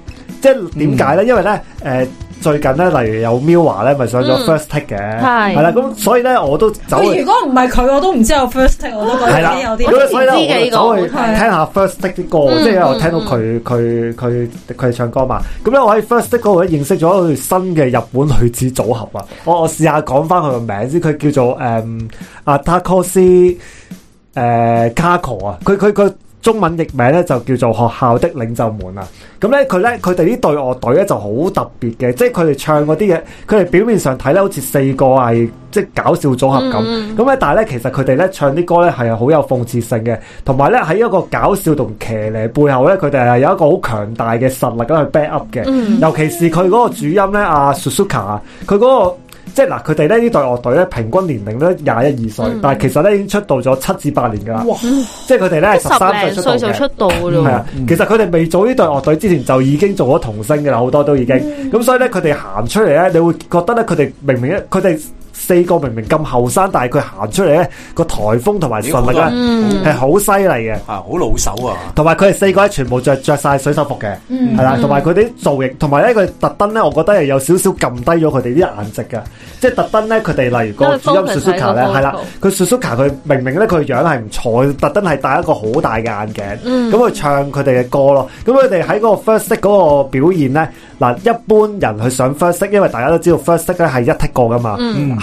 S1: 即係點解咧？因為咧，誒、最近咧，例如有 Miwa 咧，咪上咗
S3: 嗯
S1: First Take 嘅，
S3: 係
S1: 係啦，咁所以咧，我都走
S4: 佢
S1: 去
S4: 如果唔係佢，我都唔知我 first take，我都覺
S1: 係
S4: 得
S1: 啦
S4: 自己，有
S1: 咁所以
S4: 啲。
S1: 咧，我就走去聽下 First Take 啲歌，
S3: 嗯
S1: 即係因為我聽到佢佢佢佢哋唱歌嘛。咁咧，我喺 First Take 嗰度咧認識咗一對新嘅日本女子組合啊！我我試下講翻佢個名先，佢嗯叫做誒阿 t a k o s 誒 Kako 啊，佢佢佢中文譯名咧就叫做學校的領袖們啊。咁咧佢咧佢哋呢隊樂隊咧就好特別嘅，即係佢哋唱嗰啲嘢，佢哋表面上睇咧好似四個係即係搞笑組合咁，咁咧、但
S3: 嗯
S1: 係咧其實佢哋咧唱啲歌咧係好有諷刺性嘅，同埋咧喺一個搞笑同騎呢背後咧，佢哋係有一個好強大嘅實力咧去 back up 嘅。
S3: 嗯
S1: 尤其是佢嗰個主音咧，阿 Suzuka，佢嗰、個即係嗱，佢哋咧呢隊樂隊咧平均年齡咧廿一二歲，
S3: 嗯
S1: 但係其實咧已經出道咗七至八年㗎啦。即係佢哋咧十三
S3: 十
S1: 歲出道
S3: 零歲就
S1: 嘅。
S3: 出道噶
S1: 係
S3: 咯
S1: 啊，其實佢哋未做呢隊樂隊之前就已經做咗童星嘅啦，好多都已經。
S3: 嗯
S1: 咁、所以咧，佢哋行出嚟咧，你會覺得咧，佢哋明明一佢哋四個明明咁後生，但係佢行出嚟咧個颱風同埋實力
S2: 屌好
S1: 咧
S3: 嗯
S1: 係好犀利嘅。
S2: 啊，好老手啊，
S1: 同埋佢哋四個咧全部着着晒水手服嘅，
S4: 嗯
S1: 係啦，同埋佢啲造型，同埋咧佢特登咧，我覺得係有少少撳低咗佢哋啲顏值嘅，即係特登咧佢哋例如個主音
S3: 因為 focus 喺個
S1: Suzuka 咧，係啦，佢 Suzuka 佢明明咧佢樣係唔錯，特登係戴一個好大嘅眼鏡，咁佢、唱佢哋嘅歌咯，咁佢哋喺嗰個 first take 嗰個表現咧，嗱一般人去上 first take，因為大家都知道 first take 咧係一 take 過噶嘛，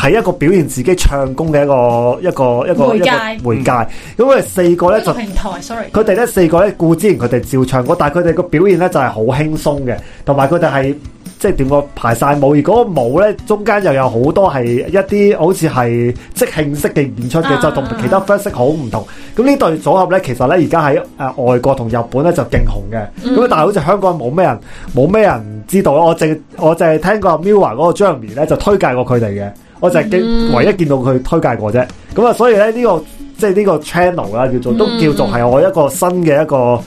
S1: 係、一個表現自己唱功嘅一個一個一個一
S4: 媒介
S1: 個媒介，咁佢哋四個咧
S4: 呢個
S1: 就。
S4: 平台，sorry，
S1: 佢哋咧四個咧固之然佢哋照唱歌，但係佢哋個表現咧就係好輕鬆嘅，同埋佢哋係即係點講排晒舞，而嗰個舞咧中間又有好多係一啲好似係即興式嘅演出嘅，
S4: 啊
S1: 就同其他 first 式好唔同。咁呢對組合咧，其實咧而家喺誒外國同日本咧就勁紅嘅，咁、但係好似香港冇咩人冇咩人知道咯。我淨我淨係聽過 Miwa 嗰個 Jeremy 咧就推介過佢哋嘅，我就係見、
S3: 嗯
S1: 唯一見到佢推介過啫。咁啊，所以咧呢、個。即係呢個 channel 啦，叫做都
S3: 嗯
S1: 叫做係我一個新嘅一個，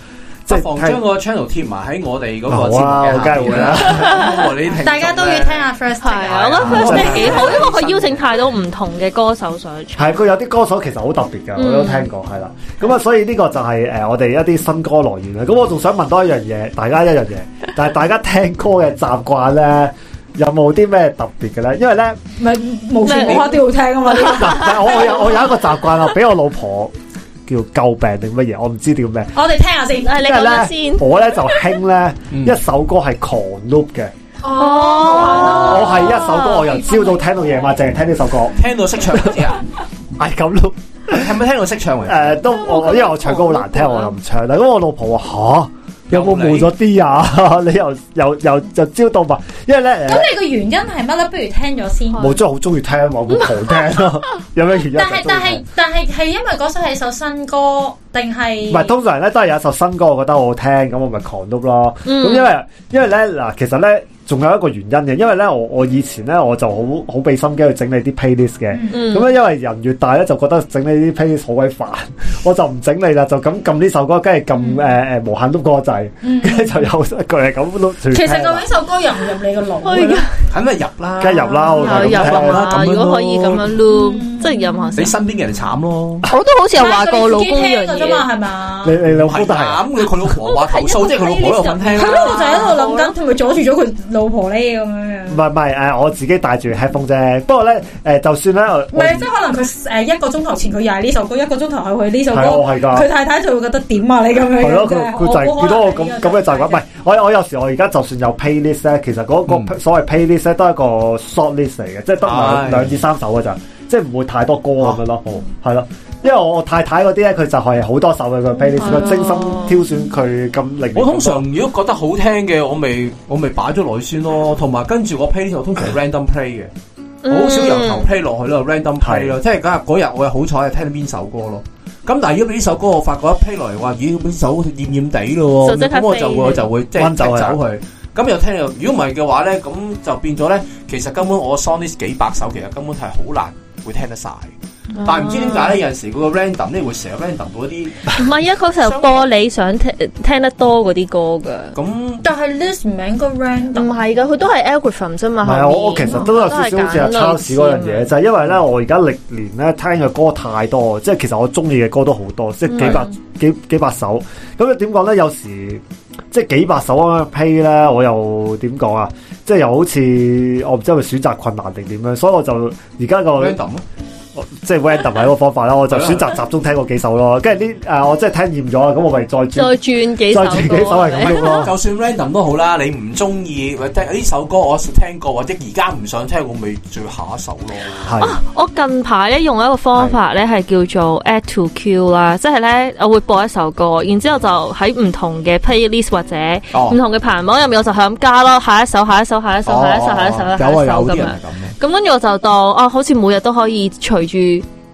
S1: 即
S2: 不
S1: 係
S2: 妨
S1: 聽
S2: 將個 channel 貼埋喺我哋嗰個
S1: 好
S2: 節
S1: 啊
S2: 目嘅下
S1: 我梗係會
S2: 邊
S1: 啦
S2: 啦。咁我哋啲聽眾呢
S4: 大家都要聽。下 first
S3: 係
S4: take
S3: 啊，
S4: 啊。
S3: 我覺得 First 幾好，因為佢邀請太多唔同嘅歌手上去唱。
S1: 係佢有啲歌手其實好特別嘅，我
S2: 嗯
S1: 都聽過係啦。咁啊，所以呢個就係、誒、我哋一啲新歌來源啦。啊咁我仲想問多一樣嘢，大家一樣嘢，但係大家聽歌嘅習慣咧，有冇啲咩特別嘅咧？因為咧，
S4: 唔係無時無刻都要聽啊嘛。呢個
S1: [laughs] 嗱，但係我我有我有一個習慣啊，俾我老婆叫救病定乜嘢，我唔知叫咩。
S4: 我哋聽下先。
S3: 係你
S1: 因為
S3: 講得
S1: 咧
S3: 先，。
S1: 我咧就興咧
S2: 嗯
S1: 一首歌係狂 loop 嘅，
S3: 哦
S1: 我係一首歌，我由朝到聽到夜
S4: 哦
S1: 晚，淨係聽呢首歌。
S2: 聽到識唱為止啊！
S1: 係咁 loop。
S2: 係咪聽到識唱為
S1: 誒、
S2: [laughs] 止？
S1: 都我因為我唱歌好難聽，我又唔唱啦。咁我老婆話吓，有冇悶咗啲
S4: [laughs]
S1: 啊？你又又又就朝到晚，因為咧誒，
S4: 咁你個原因係乜咧？不如聽咗先。
S1: 我真係好中意聽，我會狂聽
S4: [laughs]
S1: 咯。有咩原因就
S4: 但
S1: 中意
S4: 係
S1: 聽？
S4: 但係但係係因為嗰首係首新歌定係？
S1: 唔係通常咧都係有一首新歌，我覺得好好聽，咁我咪狂碌咯。咁、
S3: 嗯
S1: 因為因為咧嗱，其實咧仲有一個原因嘅，因為咧我我以前咧我就好好俾心機去整理啲 playlist 嘅。
S3: 嗯
S1: 咁咧，因為人越大咧，就覺得整理啲 playlist 好鬼煩， [laughs] 我就唔整理啦，就咁撳呢首歌，跟住
S4: 嗯
S1: 撳誒誒無限碌個掣，跟住就有一句係咁碌住聽啦。
S4: 其實究竟首歌入唔入你個
S3: [laughs]
S4: 腦啊
S3: 哎
S4: 嘅咧？
S2: 肯定入啦，
S1: 梗係入啦我
S3: 有
S1: 梗係
S3: 有
S1: 咁聽
S2: 啦
S3: 啊！
S2: 咁樣
S3: 如果可以咁樣 loop，
S4: 嗯
S3: 即係任何時
S2: 你，身邊嘅人慘咯。
S3: 我都好似有話過老公呢
S4: 聽
S3: 樣
S4: 嘅啫
S3: 嘢。
S4: 嘛，係嘛
S1: 你？你老
S2: 係
S1: 公都係啊，
S2: 咁，佢佢老婆話投訴，即係佢啊老婆都有份聽
S4: 係
S2: 啦。
S4: 咯，我就喺度諗緊，佢咪阻住咗佢老婆咧咁樣樣
S1: 唔。係唔係誒，我自己戴住 headphone 啫。不過咧誒，就算咧，我
S4: 唔係，即係可能佢誒一個鐘頭前佢又係呢首歌，一個鐘頭後佢呢首歌，
S1: 係啊我係㗎
S4: 佢太太就會覺得點啊你咁樣
S1: 係
S4: 樣
S1: 咯，
S4: 啫
S1: 佢佢就係見到我
S4: 啊
S1: 咁咁嘅習慣。唔係，我我有時我而家就算有 playlist 咧，其實嗰
S2: 嗯
S1: 個所謂 playlist 咧都係一個 short list 嚟嘅，即係得
S2: 係
S1: 兩兩至三首嘅咋，即係唔會太多歌咁樣咯。
S2: 哦
S1: 係咯，因為我太太嗰啲咧，佢就係好多首嘅佢 playlist，佢精心挑選佢咁令。
S2: [laughs] 我通常如果覺得好聽嘅，我咪我咪擺咗落去先咯，同埋跟住我 play 我通常係 random play 嘅，我好
S3: 嗯
S2: 少由頭 play
S1: 嗯
S2: 落去咯，random play 咯，即係嗰日嗰日我又好彩係聽到邊首歌咯。咁但係如果呢首歌我發覺一 play 落嚟話，咦邊首好似厭厭地咯
S3: 就
S2: 喎，
S3: 即刻
S2: 咁我就
S3: 飛
S2: 會我就會即
S1: 溫啊
S2: 係
S1: 走
S2: 走
S1: 佢啦
S2: 佢。咁又聽到，如果唔係嘅話咧，咁就變咗咧，其實根本我 song 呢幾百首，其實根本係好難會聽得晒。但係唔知點解咧，有陣時嗰個 random 咧會成日 random 到一啲
S3: 唔係啊，佢成日播你想聽聽得多嗰啲歌㗎。
S2: 咁。
S4: 但係 list 唔係應該
S3: 唔
S4: random，
S3: 係噶，佢都係 algorithm 啫嘛。
S1: 唔係啊，
S3: 後
S1: 我
S3: 面
S1: 我其實都有少少好似係抄屎嗰樣嘢，就係因為咧，我而家歷年咧聽嘅歌太多，即係其實我中意嘅歌都好多，即係幾百、幾幾百首。咁你點講咧？有時即係幾百首咁樣 play 咧，我又點講啊？即係又好似我唔知係咪選擇困難定點樣，所以我就而家個
S2: random 咯，
S1: 即係 random 係一個方法啦，我就選擇集中聽嗰幾首咯。跟住呢誒，我真係聽厭咗啦，咁我咪再
S5: 再
S1: 轉
S5: 轉幾首
S1: 再
S5: 歌，
S1: 轉幾首啊係咁樣咯。
S2: 就算 random 都好啦，你唔中意或者哎呢首歌我聽過，或者而家唔想聽，我咪最下一首咯。
S1: 係
S3: 我近排咧用一個方法咧係叫做 add to queue 啦，即係咧我會播一首歌，然之後就喺唔同嘅 playlist 或者
S2: 哦
S3: 唔同嘅排行榜入面，我就係咁加咯，下一首、下一首、下一首、下一首、下一首、下一
S1: 哦
S2: 有啊，
S3: 首
S2: 有
S3: 咁
S2: 啲
S3: 樣
S2: 人。係咁嘅。
S3: 咁跟住我就當啊，好似每日都可以隨住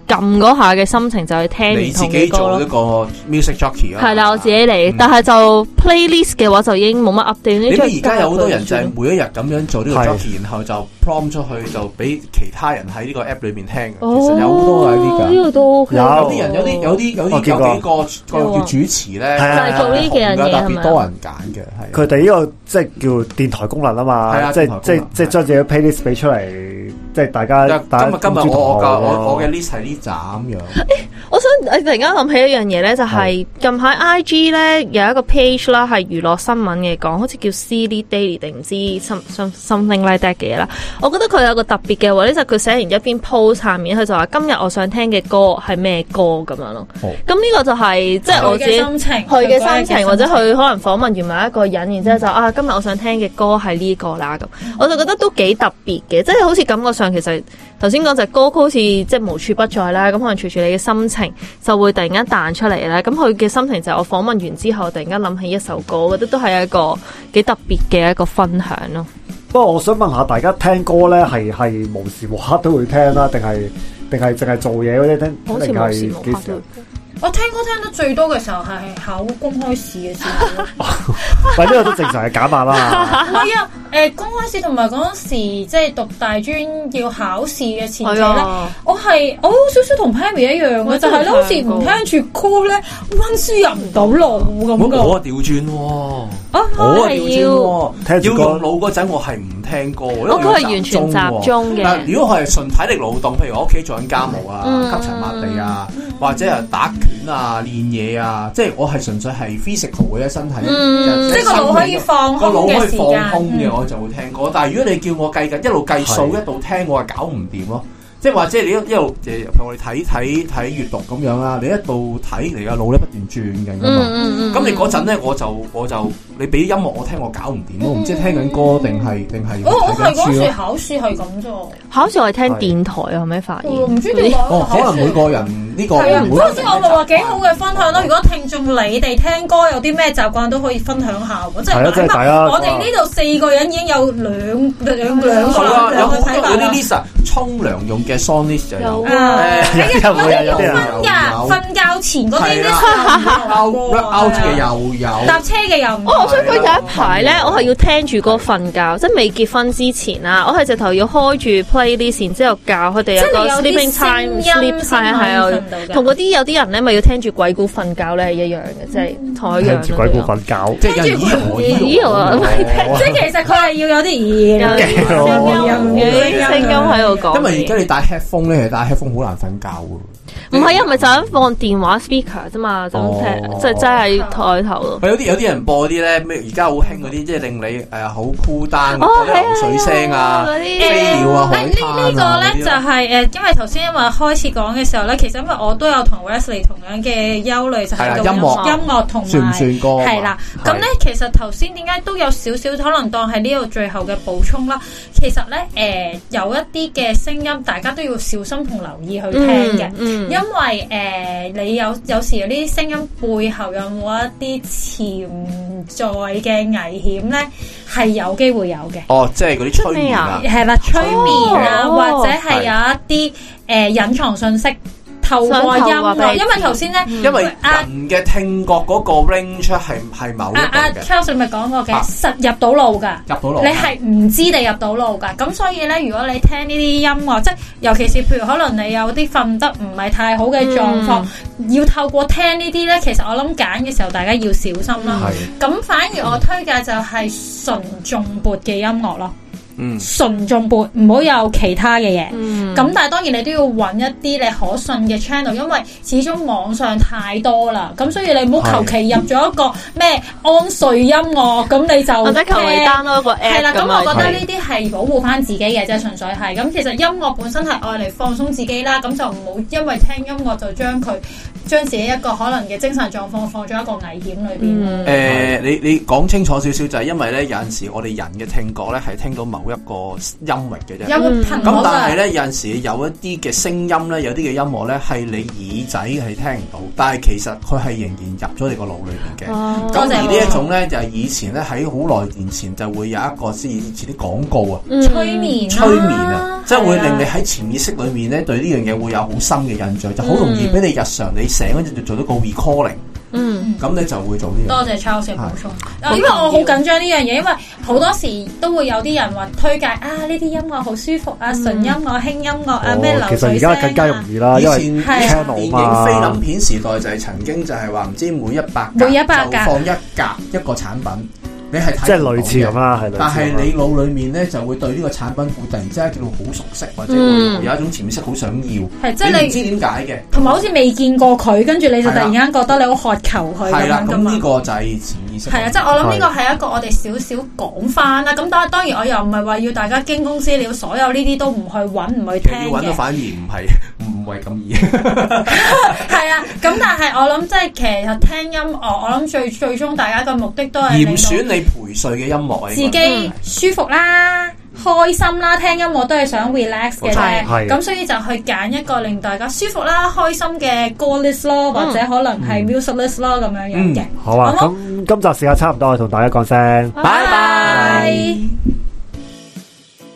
S3: 撳嗰下嘅心情就去聽
S2: 你
S3: 唔
S2: 自
S3: 同
S2: 己
S3: 嘅歌
S2: 做一
S3: 咯。
S2: 個 music jockey 啊，
S3: 係啦，我自己
S2: 嗯
S3: 嚟，但係就 playlist 嘅話就已經冇乜 update 呢
S2: 你
S3: 啲
S2: 知而家有好多人就係每一日咁樣做呢個
S1: 係
S2: jockey，然後就 prompt 出去就俾其他人喺呢個 app 裏面聽嘅。
S3: 哦
S2: 其實有好多係呢
S3: 呢
S2: 㗎。
S3: 個都 OK
S1: 有
S2: 有啲人有啲有啲有
S1: 我
S2: 啲
S1: 見過
S2: 有幾個個叫主持咧，
S1: 係啊係啊就係做呢
S3: 幾樣嘢
S2: 特
S3: 係咪
S2: 別
S3: 啊
S2: 多人揀嘅，係啊
S1: 佢哋呢個即係叫電台功能啊
S2: 係啊
S1: 嘛，即
S2: 電台
S1: 係即
S2: 功能
S1: 係即係將自己嘅 playlist 俾出嚟，即係大家
S2: 今
S1: 大家
S2: 日今日
S1: 公諸
S2: 我
S1: 同
S2: 我嘅
S1: 學
S2: 我我嘅
S1: 咯
S2: list 係呢扎咁樣，
S3: 我想誒突然間諗起一樣嘢咧，就係、近排 I G 咧有一個 page 啦，係娛樂新聞嘅講，好似叫 Silly Daily 定唔知 some some something like that 嘅嘢啦。我覺得佢有個特別嘅位咧，就係佢寫完一篇 post 下面，佢就話今日我想聽嘅歌係咩歌咁樣咯。
S2: 好
S3: 咁呢個就係、即係我自己
S4: 佢嘅心情
S3: 佢嘅心
S4: 佢嗰日嘅心
S3: 情，
S4: 情
S3: 或者佢可能訪問完某一個人，然之後就啊今日我想聽嘅歌係呢個啦咁，我就覺得都幾特別嘅，即係好似感覺上其實。頭先講就係歌曲好似即係無處不在啦，咁可能隨住你嘅心情就會突然間彈出嚟啦。咁佢嘅心情就係我哦訪問完之後，突然間諗起一首歌，我覺得都係一個幾特別嘅一個分享咯。
S1: 不過我想問下大家聽歌咧係係無時無刻都會聽啦，定係定係淨係做嘢嗰啲聽？
S3: 好似
S1: 定
S3: 無
S1: 係
S3: 時無
S1: 幾
S3: 刻
S1: 時
S3: 都
S1: 啊？
S4: 我聽歌聽得最多嘅時候係考公開試嘅時候咯。
S1: 喂，呢個都正常係假扮
S3: [laughs]
S1: 啦。
S4: 唔係啊，誒、公開試同埋嗰陣時，即係讀大專要考試嘅前者
S3: 係
S4: 咧
S3: 啊，
S4: 我係我好少少同 Pammy 一樣
S3: 我都
S4: 嘅，就
S3: 係
S4: 係咧好似
S3: 唱
S4: 唔
S3: 歌
S4: 聽住歌咧，温書入唔到路咁
S2: 咁我
S4: 噶。
S2: 啊調轉喎。
S4: 啊，
S2: 我
S4: 係
S2: 係要
S1: 聽住歌
S2: 要用腦嗰陣，我係唔聽歌，因為
S3: 我
S2: 我
S3: 嗰個係完全集中嘅
S2: 但如果我係純體力勞動，譬如我屋企做緊家務啊、
S3: 嗯
S2: 吸塵抹地啊，或者係打拳啊、練嘢啊，即係我係純粹係 physical 嘅啫身體，
S3: 嗯
S4: 即係個腦可以放
S2: 個
S4: 空
S2: 腦
S4: 嘅
S2: 可以
S4: 時
S2: 放空
S4: 間嗯
S2: 嘅，。我就會聽歌。但係如果你叫我計緊一路計數
S1: 係
S2: 一路聽，我係搞唔掂咯。即係或者你一一路誒，譬如我哋睇睇睇閱讀咁樣啦，你一路睇你嘅腦咧不斷轉緊噶嘛。
S3: 嗯
S2: 咁你嗰陣咧，我就我就你俾音樂我聽，我搞唔掂，我唔知聽緊歌定係定係
S4: 哦我嗯我
S2: 睇
S4: 係嗰
S2: 緊書
S4: 陣時啊
S2: 咯。
S4: 考試係咁啫喎，
S3: 考試我係聽電台啊，後尾發現嗯
S4: 唔知點解
S2: 哦，可
S4: 考
S2: 能
S4: 試
S2: 每個人呢個
S4: 係啊，
S2: 每個
S4: 嗰
S2: 人
S4: 陣時我咪話幾好嘅分享咯。如果聽眾你哋聽歌有啲咩習慣都可以分享下喎，即
S1: 係啊即係
S4: 係
S1: 大家
S4: 我哋呢度四個人已經有兩兩兩個
S2: 係啊，有
S4: 兩個
S2: 好多
S4: 睇
S2: 有
S4: 法啦
S2: 啲 list 沖涼用嘅 song list 就有
S3: 有。
S4: 啊
S2: 誒
S1: 有啲人會啊，有啲
S4: 有
S1: 人
S4: 分
S1: 會
S4: 㗎，瞓覺前嗰啲
S2: 係 [laughs]
S4: 咧
S2: 啊 out out 嘅又有，
S4: 搭車嘅又唔啊
S3: 哦，我想佢有一排咧，我係要聽住歌瞓覺，即係未結婚之前啊，我係直頭要開住 playlist，然之後教佢哋有個
S4: 即係你有
S3: sleeping
S4: 啲聲音
S3: time sleep
S4: 先
S3: time 係
S4: 可以
S3: 啊
S4: 瞓到㗎，
S3: 同嗰啲有啲人咧咪要聽住鬼故瞓覺咧係一樣嘅，即係同我一樣
S1: 聽
S3: 啦
S1: 住鬼故瞓覺。
S2: 即係有咦我咦我
S3: 咦我
S2: 哦
S4: [laughs] 即係其實佢係要有
S2: [laughs]
S4: 啲
S3: 有
S4: 耳
S3: 啲聲音，有啲聲音喺度講嘢。
S2: 因為而家你戴 headphone 咧，戴 headphone 好難瞓覺喎。
S3: 唔係啊，咪就咁放電話 speaker 啫嘛，就咁
S2: 哦
S3: 聽，即係真係台頭咯。
S2: 係有啲有啲人播嗰啲咧，咩而家好興嗰啲，即係令你誒好孤單，
S3: 哦
S2: 嗰啲
S3: 係啊
S2: 流水聲啊、
S3: 係啊嗰啲
S2: 飛鳥啊、海
S4: 呢呢
S2: 灘
S4: 個
S2: 啊嗰
S4: 咧
S2: 啲
S4: 就
S2: 啦。
S4: 係、誒，因為頭先因為開始講嘅時候咧，其實因為我都有同 Wesley 同樣嘅憂慮，就
S2: 係啦
S4: 係、
S2: 音樂
S4: 音樂同埋
S2: 算唔算歌啊
S4: 係啦，咁咧其實頭先點解都有少少可能當係呢度最後嘅補充啦。其實咧誒、有一啲嘅聲音，大家都要小心同留意去聽嘅。
S3: 嗯
S4: 因為誒、你有有時有啲聲音背後有冇一啲潛在嘅危險咧，係有機會有嘅。
S2: 哦，即係嗰啲催眠啊，
S4: 係啦，催眠啊，
S3: 哦
S4: 或者係有一啲誒隱藏信息透過音
S3: 想透過
S4: 樂，
S3: 俾嗯
S4: 因為頭先咧，
S2: 因為
S4: 啊
S2: 人嘅聽覺嗰個 range 係係某一
S4: 啊啊
S2: 個嘅
S4: Charles 咪講過
S2: 啊
S4: 嘅，實入到路㗎。
S2: 入
S3: 哦
S2: 到落
S4: 你。係唔知你入到路㗎，咁所以咧，如果你聽呢啲音樂，即係尤其是譬如可能你有啲瞓得唔係太好嘅狀況，
S3: 嗯
S4: 要透過聽呢啲咧，其實我諗揀嘅時候大家要
S3: 嗯
S4: 小心啦。
S1: 係
S4: 咁反而我推介就係純重撥嘅音樂咯，
S2: 嗯
S4: 純眾撥，唔好有其他嘅嘢。
S3: 嗯
S4: 咁但係當然你都要揾一啲你可信嘅 channel，因為始終網上太多啦，咁所以你唔好求其入咗一個咩安睡音樂，咁你就
S3: 或者求你
S4: 聽
S3: download 個
S4: 係
S3: app
S4: 啦，咁
S3: 咁啊
S4: 我覺得呢啲係保護翻自己嘅啫，純粹係。咁其實音樂本身係愛嚟放鬆自己啦，咁就唔好因為聽音樂就將佢將自己一個可能嘅精神狀況放咗一個危險裏邊。
S3: 嗯
S2: 诶、你你講清楚少少就係因為咧，有阵時我哋人嘅聽覺咧係聽到某一個音域嘅啫。
S4: 有冇朋
S2: 咁
S4: 友
S2: 但係
S4: 啊？
S2: 咧，有陣時有一啲嘅聲音咧，有啲嘅音樂咧係你耳仔係聽唔到，但係其實佢係仍然入咗你個腦裏面嘅。
S3: 哦
S2: 咁而呢
S4: 多謝
S2: 一種咧，就係以前咧喺好耐年前就會有一個即係以前啲廣告啊。
S3: 嗯
S4: 催眠啦
S2: 催眠啊，即係會令你
S4: 係啊
S2: 喺潛意識裏面咧，對呢樣嘢會有好深嘅印象，就好容
S4: 嗯
S2: 易俾你日常你醒嗰陣就做到個 recalling，
S3: 嗯
S2: 咁你就會做呢樣嘢。
S4: 多謝 Charles 嘅補充。啊因為我好緊張呢樣嘢，因為好多時都會有啲人話推介啊，呢啲音樂好舒服啊，純音樂、輕音樂啊，咩流
S1: 哦其實而
S4: 水聲
S1: 家更加容
S4: 啊，
S1: 易啦，
S2: 以
S1: 因為
S2: 前
S4: 係啊
S2: 電
S1: channel
S2: 影
S1: 嘛
S2: 菲林片時代就係曾經就係話唔知每一百格
S4: 每一百
S2: 就
S4: 格
S2: 放一格一個產品，你係睇
S1: 即係
S2: 唔到
S1: 類似
S2: 嘅
S1: 咁。啊啦，係類似咁
S2: 但
S1: 啦。
S2: 係你腦裡面咧就會對呢個產品會突然之間叫到好熟悉，或者會
S3: 嗯
S2: 會有一種潛意識好想要，即
S4: 係即係
S2: 唔
S4: 你。
S2: 知點解
S4: 同埋好似未見過佢，跟住你就突然間覺得你好渴求佢
S2: 嘅。
S4: 咁
S2: 係啦
S4: 樣，噶
S2: 咁呢
S4: 嘛？
S2: 個就係潛意識。
S4: 係啊，即係我諗呢個係一個我哋少少講翻啦。咁但係當然我又唔係話要大家驚公司料，所有呢啲都唔去揾唔去聽
S2: 要揾到
S4: 嘅。
S2: 反而唔係唔係咁易。
S4: [laughs] 係啊，咁但係我諗即係其實聽音樂，我諗最最終大家嘅目的都係
S2: 嚴
S4: 令到
S2: 選你陪睡嘅音樂啊，
S4: 自
S2: 應該
S3: 嗯
S4: 己舒服啦、開心啦，聽音樂都係想 relax 嘅
S1: 係係
S4: 啫。
S1: 啊
S4: 咁所以就去揀一個令大家舒服啦、開心嘅歌 list 咯，或者可
S3: 嗯
S4: 能係 music list 咯咁樣樣嘅。
S2: 嗯
S1: 嗯好啊，
S4: 好
S1: 咁今集時間差唔多，同大家講聲。
S3: 拜拜。